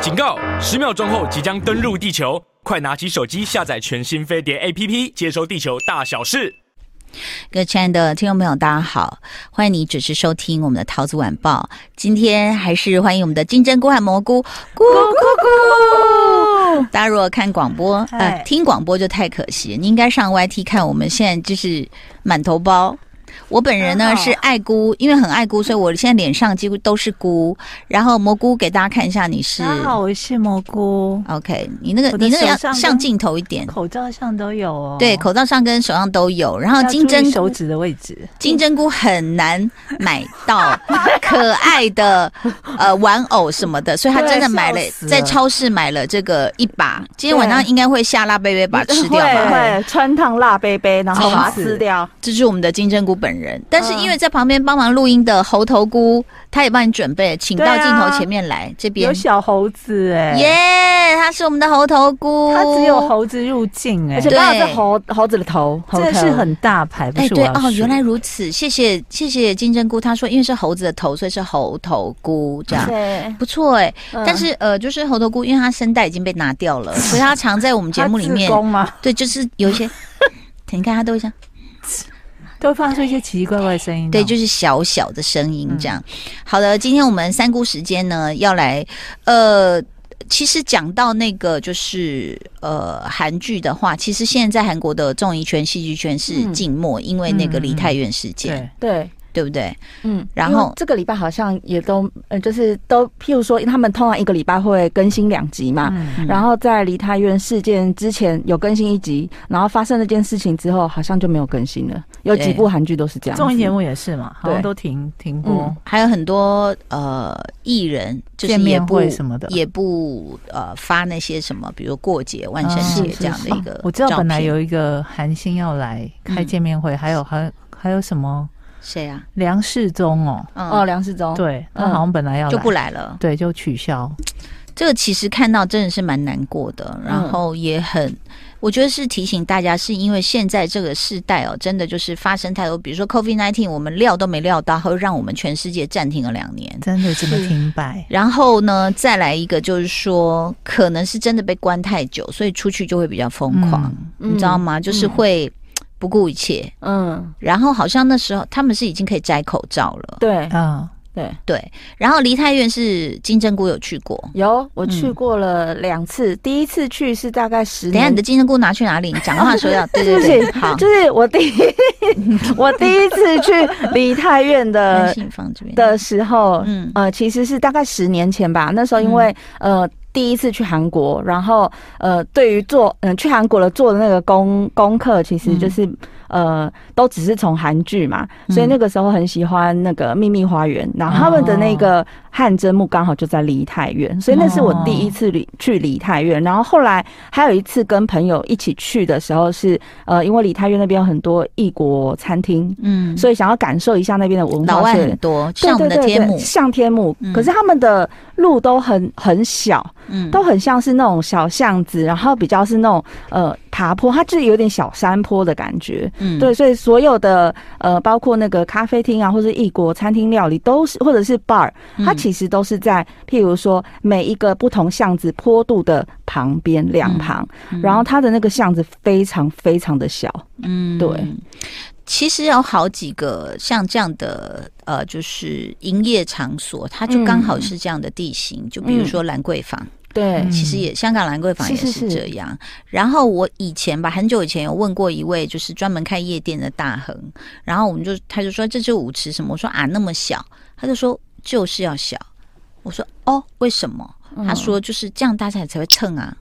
警告！十秒钟后即将登陆地球，快拿起手机下载全新飞碟 APP，接收地球大小事。各位亲爱的听众朋友，大家好，欢迎你准时收听我们的《桃子晚报》。今天还是欢迎我们的金针菇和蘑菇，咕咕咕。大家如果看广播，呃嗨，听广播就太可惜，你应该上 YT 看。我们现在就是满头包。我本人呢很好是爱菇，因为很爱菇，所以我现在脸上几乎都是菇。然后蘑菇给大家看一下，你是大家好，我是蘑菇， OK？你那个我的你那个手要上跟上镜头一点，口罩上都有哦。对，口罩上跟手上都有。然后要金针嗯注意菇手指的位置，金针菇很难买到可爱的呃玩偶什么的，所以他真的买了对笑死，了在超市买了这个一把。今天晚上应该会下辣贝贝把它吃掉会吧？会穿烫辣杯杯，然后把它从此撕掉。这是我们的金针菇本人，但是因为在旁边帮忙录音的猴头菇，他也帮你准备，请到对啊镜头前面来这边有。小猴子哎、耶，他是我们的猴头菇，它只有。猴子入境哎、而且对刚好是猴猴子的头，猴这头是很大牌，不哎，啊是我对要哦，数原来如此，谢谢谢谢金针菇。他说，因为是猴子的头，所以是猴头菇这样，对，不错哎。嗯但是呃，就是猴头菇，因为它声带已经被拿掉 了，所以它常在我们节目里面它自，宫吗？对，就是有 一些，你看它都会这样，都会放出一些奇奇怪怪的声音哦、对，就是小小的声音这样。嗯好的，今天我们三姑时间呢要来，呃。其实讲到那个就是呃韩剧的话，其实现在韩国的综艺圈、戏剧圈是嗯静默，因为那个嗯梨嗯泰院事件，对，对，对不对？嗯，然后因为这个礼拜好像也都，呃，就是都，譬如说，他们通常一个礼拜会更新两集啊嘛。嗯，然后在梨泰院事件之前有更新一集，然后发生那件事情之后，好像就没有更新了。有对几部韩剧都是嗯这样子。综艺节目也是嘛，好像对都停停播。嗯还有很多呃艺人，就是见也面不会什么的也不呃发那些什么，比如过节、万圣嗯节是这样的一个照片、我知道本来有一个韩星要来开嗯见面会，还有还有还有什么谁啊？梁世忠哦，嗯，哦，梁世忠，对他嗯好像本来要就不来，来了。对，就取消。这个其实看到真的是蛮难过的，嗯然后也很。我觉得是提醒大家，是因为现在这个世代哦，真的就是发生太多，比如说 COVID nineteen，我们料都没料到， 会让我们全世界暂停了两年。真的怎么停摆？然后呢，再来一个就是说，可能是真的被关太久，所以出去就会比较疯狂，嗯你知道吗？就是会不顾一切。嗯，然后好像那时候他们是已经可以摘口罩了，对嗯，对，对。然后梨泰院是金针菇有去过，有我去嗯过了两次，第一次去是大概十等一下年你的金针菇拿去哪里？你讲话的时候 要对对对不对，起，好，就是我第一 我第一次去梨泰院 安的信放这边的时候，嗯呃，其实是大概十年前吧。那时候因为、呃第一次去韩国，然后呃对于做嗯、去韩国了做的那个功功课，其嗯实就是、呃都只是从韩剧嘛，嗯所以那个时候很喜欢那个《秘密花园》，然后他们的那哦个汗蒸幕刚好就在梨泰院，所以那是我第一次哦梨去梨泰院。然后后来还有一次跟朋友一起去的时候是呃因为梨泰院那边有很多异国餐厅。嗯，所以想要感受一下那边的文化，老外所以很多，对像我们的对对天对母，像天母嗯，可是他们的路都很很小，嗯，都很像是那种小巷子，然后比较是那种呃爬坡，它就是有点小山坡的感觉。嗯对，所以所有的呃，包括那个咖啡厅啊，或是异国餐厅料理，都是或者是 bar，它嗯其实都是在譬如说每一个不同巷子坡度的旁边两旁，然后它的那个巷子非常非常的小。嗯对。其实有好几个像这样的呃，就是营业场所，它就刚嗯好是这样的地形。就比如说兰桂坊，对嗯其实也香港兰桂坊也是是是是这样。然后我以前吧，很久以前有问过一位就是专门开夜店的大亨，然后我们就他就说这就舞池什么，我说啊那么小，他就说就是要小，我说哦为什么？嗯他说就是这样大家才会蹭啊。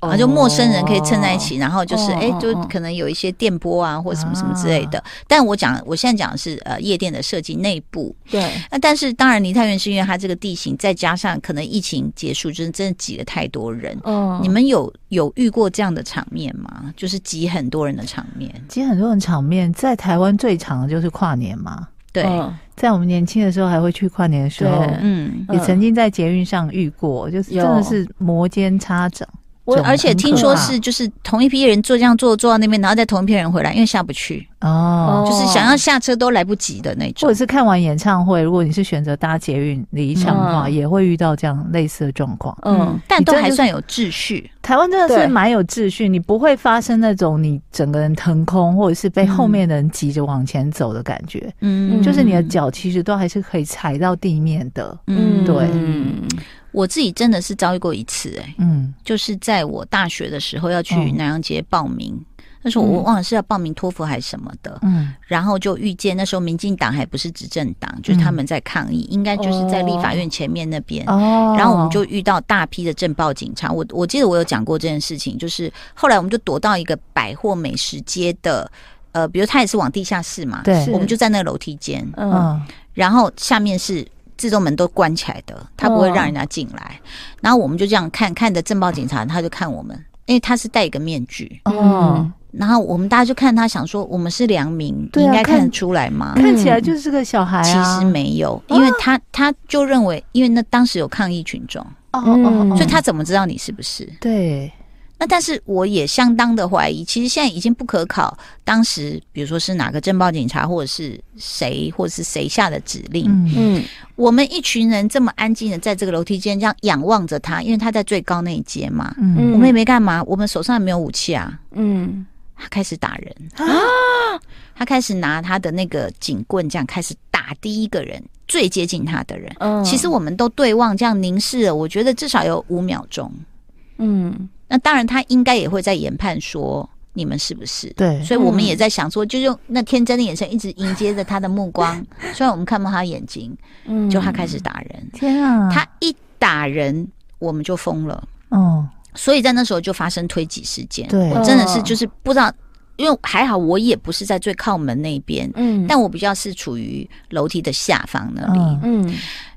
然后就陌生人可以蹭在一起，然后就是哦哎、哦就哦可能有一些电波啊，或什么什么之类的。但我讲，我现在讲的是呃夜店的设计内部。对，那、但是当然，梨泰院是因为它这个地形，再加上可能疫情结束，就是真的挤了太多人。嗯你们有有遇过这样的场面吗？就是挤很多人的场面？其实很多人场面在台湾最长的就是跨年嘛，对，嗯在我们年轻的时候还会去跨年的时候，对嗯，也曾经在捷运上遇过，就是真的有是摩肩擦掌。我种而且很听可说怕是就是同一批人做这样做做到那边，然后再同一批人回来，因为下不去，哦。就是想要下车都来不及的那或种者。是看完演唱会，如果你是选择搭捷运离场的话，嗯也会遇到这样类似的状况。嗯，但都你真的还是算有秩序，台湾真的是对蛮有秩序，你不会发生那种你整个人腾空，或者是被后面的人挤着往前走的感觉。嗯，就是你的脚其实都还是可以踩到地面的。嗯，对嗯我自己真的是遭遇过一次、哎，嗯，就是在我大学的时候要去嗯南洋街报名，那时候我忘了是要报名托福还是什么的，嗯，然后就遇见那时候民进党还不是执政党，就是他们在抗议，应该就是在立法院前面那边。嗯哦然后我们就遇到大批的政报警察，我我记得我有讲过这件事情，就是后来我们就躲到一个百货美食街的，呃，比如它也是往地下室嘛，对是我们就在那个楼梯间，嗯嗯然后下面是自动门都关起来的，他不会让人家进来。然后我们就这样看看着政报警察，他就看我们，因为他是戴一个面具。嗯哦，然后我们大家就看他，想说我们是良民，对啊你应该看得看出来吗？看起来就是个小孩其啊，实没有，因为他他就认为，因为那当时有抗议群众，哦哦，哦嗯所以他怎么知道你是不是？对那但是我也相当的怀疑，其实现在已经不可考，当时比如说是哪个政报警察，或者是谁，或者是谁下的指令，嗯嗯我们一群人这么安静的在这个楼梯间这样仰望着他，因为他在最高那一阶嘛，嗯嗯我们也没干嘛，我们手上也没有武器啊。嗯他开始打人啊！他开始拿他的那个警棍这样开始打第一个人，最接近他的人。嗯其实我们都对望这样凝视了，我觉得至少有五秒钟。嗯那当然，他应该也会在研判说你们是不是。对，所以我们也在想说，就用那天真的眼神一直迎接着他的目光，虽然我们看不到他眼睛，嗯就他开始打人。天啊，他一打人，我们就疯了。哦所以在那时候就发生推挤事件。对我真的是就是不知道，因为还好我也不是在最靠门那一边，嗯但我比较是处于楼梯的下方那里，嗯嗯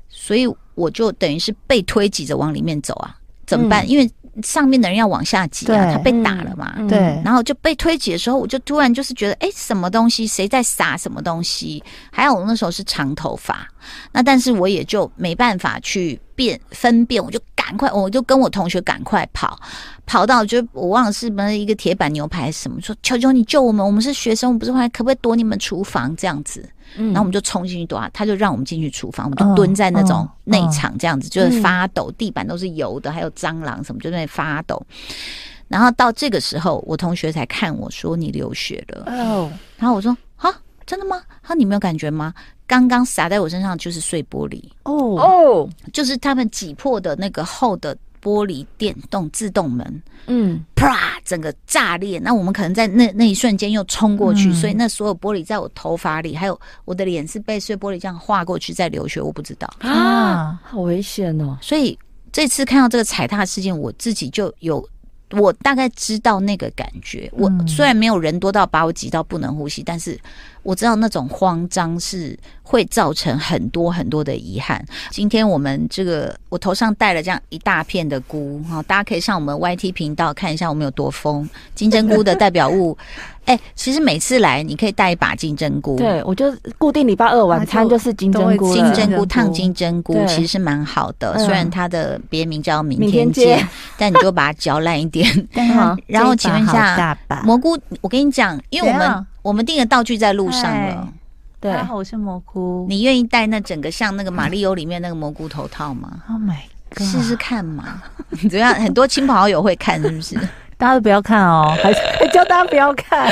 所以我就等于是被推挤着往里面走啊，怎么办？嗯因为上面的人要往下挤啊，对他被打了嘛。嗯对，然后就被推挤的时候，我就突然就是觉得，哎，什么东西？谁在撒什么东西？还好我那时候是长头发，那但是我也就没办法去辨分辨，我就赶快，我就跟我同学赶快跑，跑到就我忘了是不是一个铁板牛排还是什么，说求求你救我们，我们是学生，我们不是回来，可不可以躲你们厨房这样子？嗯然后我们就冲进去躲啊，他就让我们进去厨房，我们就嗯蹲在那种嗯内嗯场这样子，就是发抖，地板都是油的，还有蟑螂什么，就在那里发抖。然后到这个时候，我同学才看我说你流血了，哦，然后我说啊，真的吗？他说你没有感觉吗？刚刚洒在我身上就是碎玻璃，哦，哦就是他们挤破的那个厚的玻璃电动自动门，嗯啪，整个炸裂。那我们可能在那那一瞬间又冲过去，嗯所以那所有玻璃在我头发里，还有我的脸是被碎玻璃这样划过去在流血，我不知道。啊，啊，好危险哦，所以这次看到这个踩踏事件，我自己就有。我大概知道那个感觉，我嗯虽然没有人多到把我挤到不能呼吸，但是我知道那种慌张是会造成很多很多的遗憾。今天我们这个我头上戴了这样一大片的菇哈，大家可以上我们 YT 频道看一下我们有多疯。金针菇的代表物， 哎、其实每次来你可以带一把金针菇，对我就固定礼拜二晚餐就是金针菇了，金针金针菇菇烫金针菇对其实是蛮好的，嗯虽然它的别名叫明明天天见，见 但你就把它嚼烂一点。但它然后这请把问一好下大把，蘑菇，我跟你讲，因为我怎们样我们订的道具在路上了哎，对大家好，我是蘑菇。你愿意戴那整个像那个马里欧里面那个蘑菇头套吗？ Oh my god！试试看嘛， 怎么样？很多亲朋好友会看，是不是？大家都不要看 哦，还是叫大家不要看。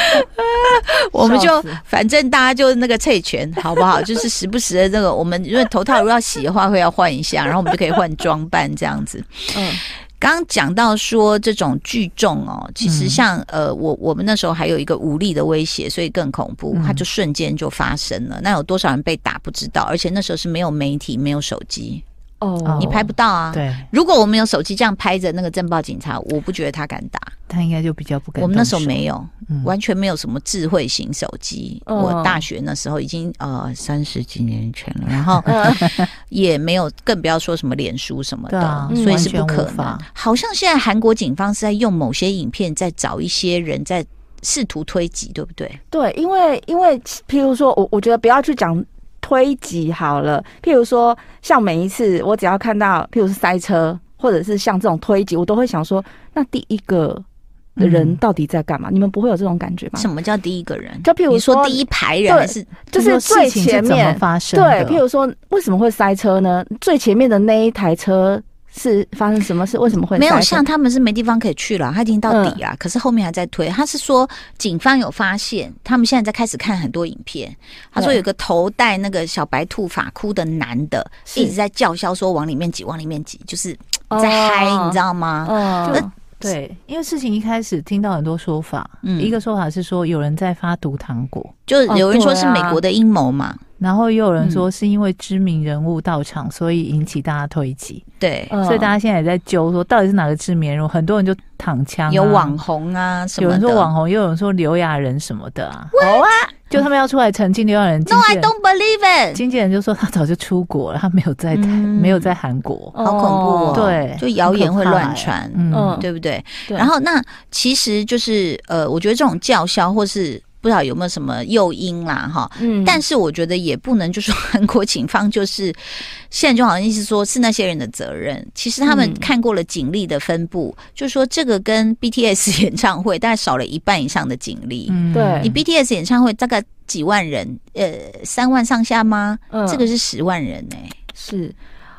我们就笑死反正大家就那个脆拳，好不好？ 就是时不时的这个，我们因为头套如果要洗的话，会要换一下，然后我们就可以换装扮这样子。嗯刚刚讲到说这种聚众哦，其实嗯像、呃，我我们那时候还有一个武力的威胁，所以更恐怖，嗯它就瞬间就发生了。那有多少人被打不知道，而且那时候是没有媒体、没有手机，哦你拍不到啊。对，如果我们有手机这样拍着那个政报警察，我不觉得他敢打。他应该就比较不敢动手。我们那时候没有，嗯哦完全没有什么智慧型手机。嗯我大学那时候已经呃三十几年前 了，然后也没有，更不要说什么脸书什么的，嗯对啊所以是不可完全无能法。好像现在韩国警方是在用某些影片在找一些人在试图推挤，对不对？对，因为因为譬如说我我觉得不要去讲推挤好了，譬如说像每一次我只要看到譬如是塞车或者是像这种推挤，我都会想说，那第一个的嗯人到底在干嘛？你们不会有这种感觉吗？啊什么叫第一个人？就譬如你说说第一排人还是就是事最情是前怎么面，发生对的？，譬如说为什么会塞车呢？最前面的那一台车是发生什么事？为什么会没有塞车像他们是没地方可以去了，他已经到嗯底啊了，可是后面还在推。他是说警方有发现，他们现在在开始看很多影片。他说对有个头戴那个小白兔发箍的男的是一直在叫嚣说往里面挤，往里面挤，就是哦哦在嗨，你知道？道吗？嗯就对，因为事情一开始听到很多说法，嗯一个说法是说有人在发毒糖果，就有人哦说对是啊美国的阴谋嘛，然后又有人嗯说是因为知名人物到场，所以引起大家推挤，对，嗯所以大家现在也在揪说到底是哪个知名人物，很多人就躺枪、啊有网。红啊什有么人说的。网红，又有人说刘亚仁什么的啊，好啊，就他们要出来澄清刘亚仁。 No, 经纪 I 人 don't believe it。经纪人就说他早就出国了，他没有在台，嗯没有在韩国。好恐怖哦对，就谣言会乱传很可怕欸嗯，对不对？对然后那其实就是呃，我觉得这种叫嚣或是不知道有没有什么诱因啦哈。嗯但是我觉得也不能就说韩国警方就是现在就好像意思说是那些人的责任，其实他们嗯看过了警力的分布，就说这个跟 BTS 演唱会大概少了一半以上的警力。嗯对你 BTS 演唱会大概几万人，呃，三万上下吗？嗯这个是十万人呢、是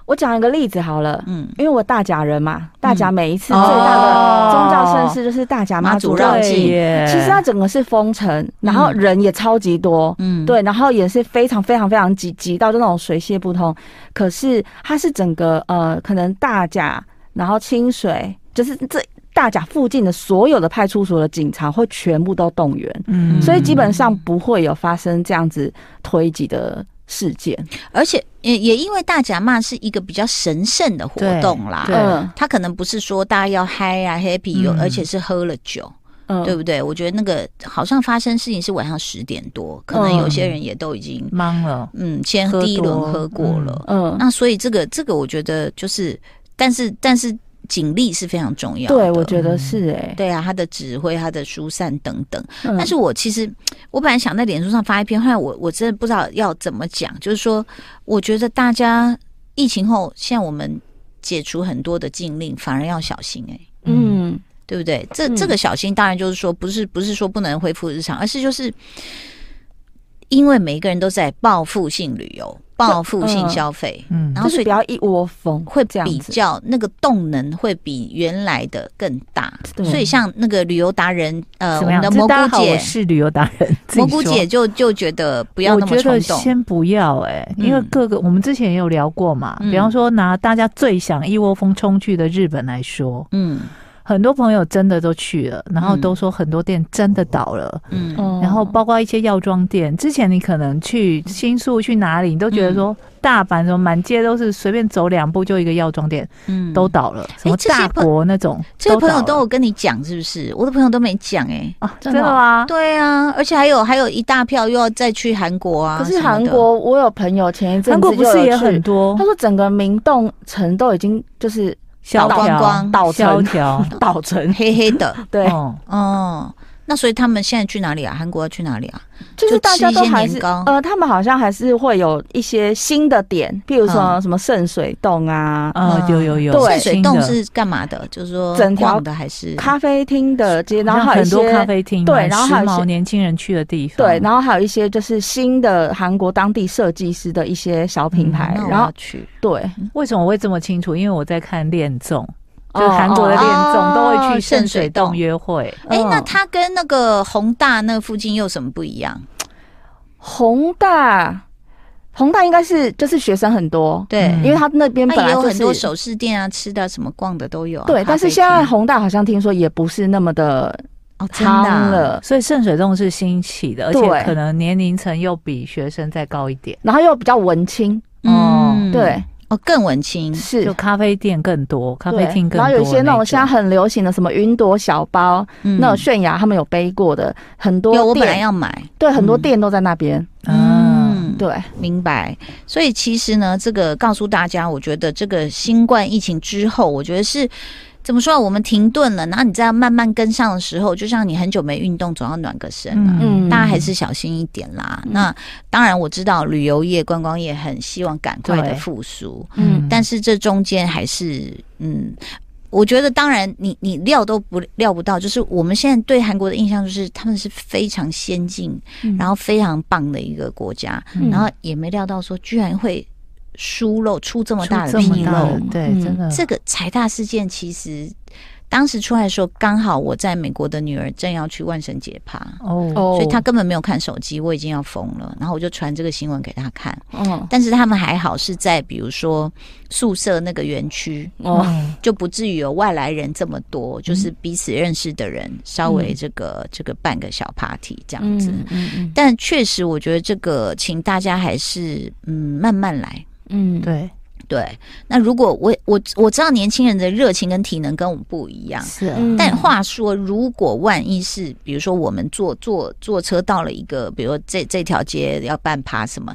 我讲一个例子好了。嗯，因为我大甲人嘛，大甲每一次最大哦的宗教盛事就是大甲妈祖绕妈祖绕境境，耶其实它整个是封城，然后人也超级多，嗯，对，然后也是非常非常非常挤，挤到就那种水泄不通。可是它是整个呃，可能大甲，然后清水，就是这大甲附近的所有的派出所的警察会全部都动员，嗯所以基本上不会有发生这样子推挤的事件。而且也也因为大甲骂是一个比较神圣的活动啦对，对嗯他可能不是说大家要嗨啊 happy 有、嗯而且是喝了酒，嗯对不对？我觉得那个好像发生事情是晚上十点多，可能嗯有些人也都已经忙了。嗯先喝多第一轮喝过了，嗯，那所以这个这个我觉得就是，但是但是警力是非常重要的，嗯对，我觉得是哎、对啊，他的指挥、他的疏散等等。嗯但是我其实我本来想在脸书上发一篇，后来我我真的不知道要怎么讲，就是说，我觉得大家疫情后，现在我们解除很多的禁令，反而要小心哎、嗯对不对？这嗯这个小心当然就是说，不是不是说不能恢复日常，而是就是因为每一个人都在报复性旅游、报复性嗯消费，嗯然，后所就是以不要一窝蜂会这样比子。较那个动能会比原来的更大，对所以像那个旅游达人，呃，怎我么们样？的这蘑大家菇好，我姐，是旅游达人。自 己蘑菇说姐就就觉得不要那么我觉冲得动，先不要哎、嗯因为各个我们之前也有聊过嘛，嗯比方说拿大家最想一窝蜂冲去的日本来说，嗯很多朋友真的都去了，然后嗯都说很多店真的倒了，嗯，嗯然后包括一些药妆店，之前你可能去新宿去哪里，你都觉得嗯说大阪什么满街都是，随便走两步就一个药妆店嗯都倒了，什么这些大朋国那种，这个朋友倒都了有跟你讲是不是？我的朋友都没讲哎，啊，真真的的哦吗？对啊，而且还有还有一大票又要再去韩国啊，可是什么的韩，国，我有朋友前一阵韩子国不就是有也去很多他说整个明洞城都已经就是萧倒光光条倒萧城条，倒城，黑黑的对，嗯哦。那所以他们现在去哪里啊？韩国要去哪里啊？就是大家都就还吃一些年是糕呃，他们好像还是会有一些新的点，譬如说嗯哦什么圣水洞啊、啊，有有有，对圣水新的洞是干嘛的？就是说整条逛的还是咖啡厅的街，然然后后还有一很多咖些。啡厅，对然后时还有一些髦年轻人去的地方，对，然后还有一些就是新的韩国当地设计师的一些小品牌，嗯那我然后要去对，为什么我会这么清楚？因为我在看恋综，就哦是韩国的恋综哦都会去圣圣水水洞洞约会，哎、嗯那它跟那个宏大那附近又有什么不一样？宏大，宏大应该是就是学生很多，对，嗯因为他那边本它来也就有是很多首饰店啊、吃的啊什么逛的都有啊、对，咖但啡是现在厅宏大好像听说也不是那么的哦，真的夯啊、了，所以圣水洞是新起的，而且对可能年龄层又比学生再高一点，然后又比较文青，嗯，对，哦，更文青，是就。咖啡店更多，咖啡对厅更多，然后有一些那那种现在很流行的什么云朵小包，嗯那种泫雅他们有背过的，很多有我本来店要买，对很多嗯店都在那边。啊嗯，嗯，对，明白。所以其实呢，这个告诉大家，我觉得这个新冠疫情之后，我觉得是怎么说啊？我们停顿了，然后你再慢慢跟上的时候，就像你很久没运动，总要暖个身啊。嗯大家还是小心一点啦。那当然，我知道旅游业、观光业很希望赶快的对复苏，嗯但是这中间还是嗯。我觉得，当然你，你料都不料不到，就是我们现在对韩国的印象就是他们是非常先进，嗯然后非常棒的一个国家，嗯然后也没料到说居然会疏漏出这么大的出这么纰大漏的，对，嗯真的这个财大事件其实当时出来的时候，刚好我在美国的女儿正要去万圣节趴，哦，哦所以她根本没有看手机，我已经要疯了。然后我就传这个新闻给她看，嗯但是他们还好是在比如说宿舍那个园区，哦嗯就不至于有外来人这么多，就是彼此认识的人稍微这个、这个办个小 party 这样子。嗯嗯但确实，我觉得这个，请大家还是嗯慢慢来。嗯，对，对，那如果我我我知道年轻人的热情跟体能跟我们不一样，是啊，嗯但话说，如果万一是比如说我们坐坐坐车到了一个，比如说这这条街要办趴什么，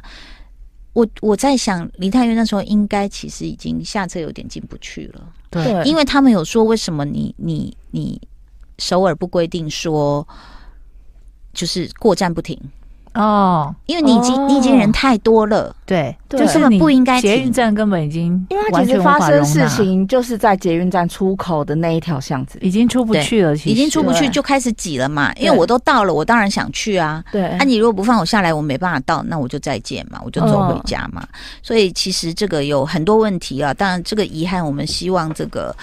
我我在想，梨泰院那时候应该其实已经下车有点进不去了，对，因为他们有说为什么你你你首尔不规定说就是过站不停。哦，因为你已经、哦你已经人太多了，对，对就根是本你不应该捷停运站根本已经因为它完其全实无发法生容纳事情就是在捷运站出口的那一条巷子里。已经出不对去了，其已经实出不去对就开始挤了嘛。对因为我都到了，我当然想去啊。对，啊，你如果不放我下来，我没办法到，那我就再见嘛，我就走回家嘛。所以其实这个有很多问题啊，当然这个遗憾，我们希望这个。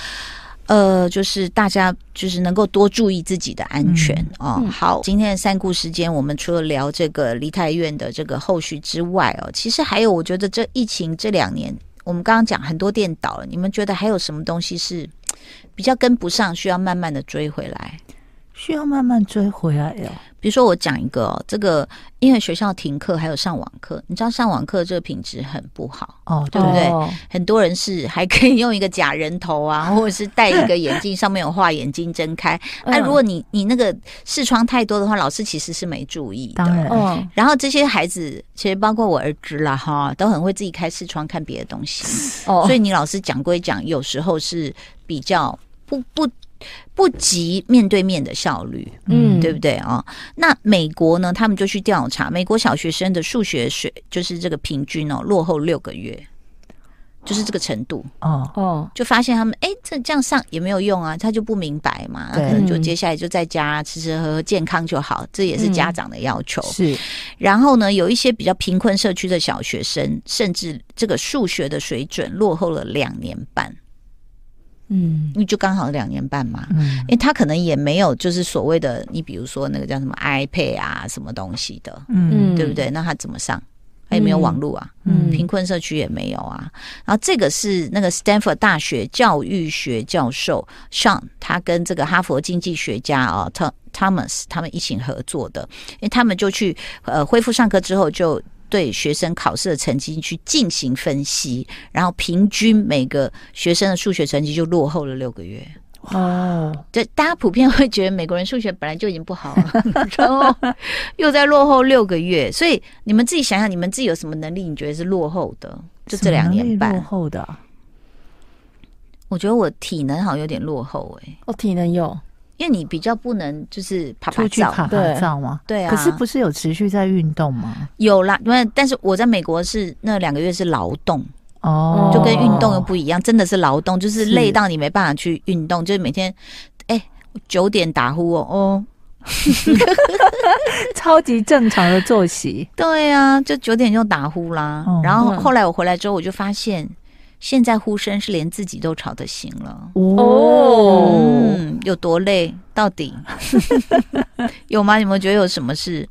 呃，就是大家就是能够多注意自己的安全、哦。好，今天的三顾时间，我们除了聊这个梨泰院的这个后续之外哦，其实还有，我觉得这疫情这两年，我们刚刚讲很多店倒了，你们觉得还有什么东西是比较跟不上，需要慢慢的追回来？需要慢慢追回来哟。比如说，我讲一个、哦，这个因为学校停课，还有上网课，你知道上网课这个品质很不好，哦，对对不对哦很多人是还可以用一个假人头啊， 或者是戴一个眼镜，上面有画眼睛睁开。那、嗯如果你你那个视窗太多的话，老师其实是没注意的。当然嗯然后这些孩子，其实包括我儿子啦，哈，都很会自己开视窗看别的东西。哦，所以你老师讲归讲，有时候是比较不不不及面对面的效率。嗯对不对啊、哦？那美国呢，他们就去调查美国小学生的数学水，就是这个平均哦，落后六个月，就是这个程度，哦，哦，就发现他们哎，这这样上也没有用啊，他就不明白嘛，那对可能就嗯接下来就在家吃吃喝喝，健康就好，这也是家长的要求。是然后呢，有一些比较贫困社区的小学生，甚至这个数学的水准落后了两年半，嗯因为就刚好两年半嘛，嗯因为他可能也没有就是所谓的你比如说那个叫什么 iPad 啊什么东西的，嗯对不？对？那他怎么上？他也没有网络啊，嗯贫困社区也没有啊。然后这个是那个 Stanford 大学教育学教授 Sean，他跟这个哈佛经济学家啊 Tho- Thomas 他们一起合作的，因为他们就去呃恢复上课之后就。对学生考试的成绩去进行分析，然后平均每个学生的数学成绩就落后了六个月。哦，对，大家普遍会觉得美国人数学本来就已经不 好了，然后又在落后六个月，所以你们自己想想，你们自己有什么能力？你觉得是落后的？就这两年什么能力半落，后的啊我觉得我体能好像有点落后哎、我哦体能有，因为你比较不能就是爬爬出去照，爬对爬照吗？对啊，可是不是有持续在运动吗？有啦，因为但是我在美国是那两个月是劳动，哦，就跟运动又不一样，真的是劳动，就是是累到你没办法去运动，就是每天哎九点打呼哦哦，超级正常的作息。对啊，就九点就打呼啦。哦然后嗯后来我回来之后，我就发现，现在呼声是连自己都吵得醒了。哦嗯，有多累？到底 有吗？你们觉得有什么事，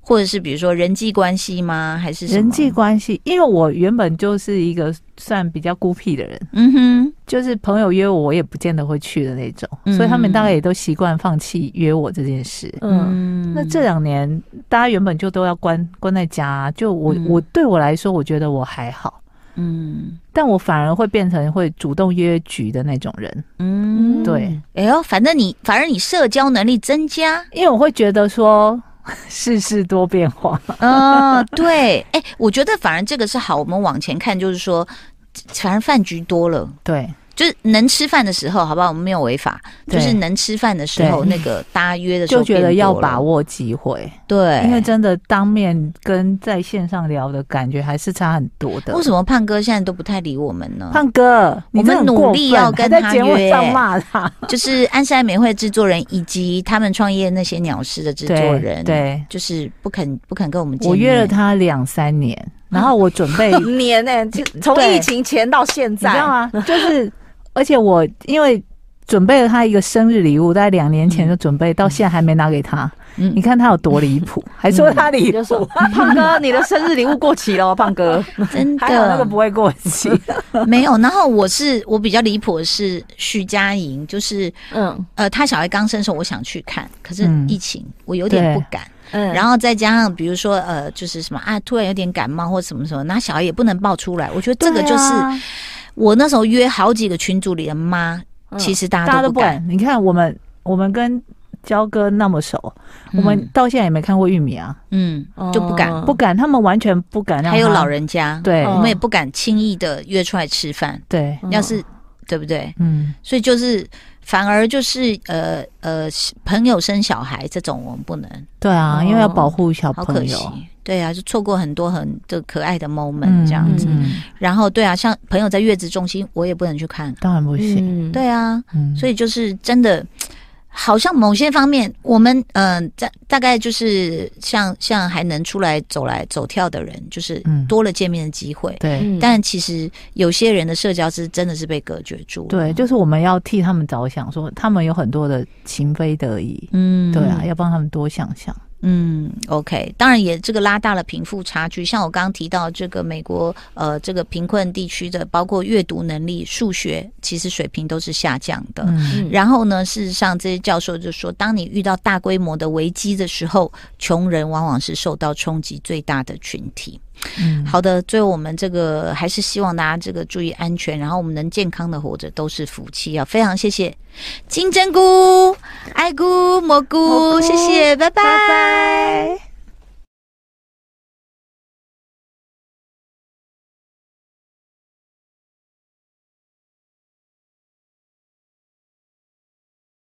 或者是比如说人际关系吗？还是什么人际？关系，因为我原本就是一个算比较孤僻的人，嗯哼，就是朋友约我，我也不见得会去的那种，嗯所以他们大概也都习惯放弃约我这件事。嗯那这两年大家原本就都要关关在家、就我、嗯我对我来说，我觉得我还好，嗯但我反而会变成会主动约局的那种人，嗯，对，哎呦，反正你反正你社交能力增加， 因为我会觉得说 世事多变化，嗯，对，哎，我觉得反而这个是好，我们往前看，就是说，反而饭局多了。对，就是能吃饭的时候，好不好？我们没有违法，对就是能吃饭的时候，对那个大家约的时候就觉得变多要了把握机会，对，因为真的当面跟在线上聊的感觉还是差很多的。为什么胖哥现在都不太理我们呢？胖哥，你我们真的很努过力分要跟还在他节目约上骂他，就是安山美惠制作人以及他们创业那些鸟事的制作人，对，对就是不肯不肯跟我们见我面。约了他两三年，然后我准 备，你年呢、就从对疫情前到现知在，道吗？就是， 而且我因为准备了他一个生日礼物，大概两年前就准备，到现在还没拿给他。嗯，你看他有多离谱，还说他离你就说谱，胖哥，你的生日礼物过期了，胖哥。真还好那个的不会过期。没有。然后我是我比较离谱的是徐佳莹，就是嗯呃，她小孩刚生的时候，我想去看，可是嗯疫情、我有点不敢。嗯然后再加上比如说呃，就是什么啊，突然有点感冒或什么什么，那小孩也不能抱出来。我觉得 这个就是、啊我那时候约好几个群组里的妈，其实实大大家家都都不不敢。敢。你看我们，我们跟焦哥那么熟，我们到现在也没看过玉米啊，嗯嗯就不敢，哦不敢，他们完全不敢让他。还有老人家，对我嗯们也不敢轻易的约出来吃饭，对，要是对不对？嗯，所以就是反而就是呃呃，朋友生小孩这种我们不能，对啊，哦因为要保护小好可朋惜友。。对啊，就错过很多很的可爱的 moment 这样子。嗯嗯然后对啊，像朋友在月子中心，我也不能去看。当然不不行。行，对啊，嗯，所以以就是真的，好像某些方面，我们嗯、呃在大概就是像像还能出来走来走跳的人，就是嗯多了见面的机会。对嗯但其实有些人的社交是真的是被隔绝住了。对，就是我们要替他们着想，说他们有很多的情非得已。嗯对啊，，要帮他们多想想。嗯，OK，当然也这个拉大了贫富差距。像我刚刚提到这个美国呃这个贫困地区的，包括阅读能力、数学其实水平都是下降的。嗯，嗯然后呢，事实上这些教授就说，当你遇到大规模的危机的时候，穷人往往是受到冲击最大的群体。嗯，好的，最后我们这个还是希望大家这个注意安全，然后我们能健康的活着都是福气啊！非常谢谢金针菇、爱菇、蘑菇，蘑菇谢谢，拜拜拜拜。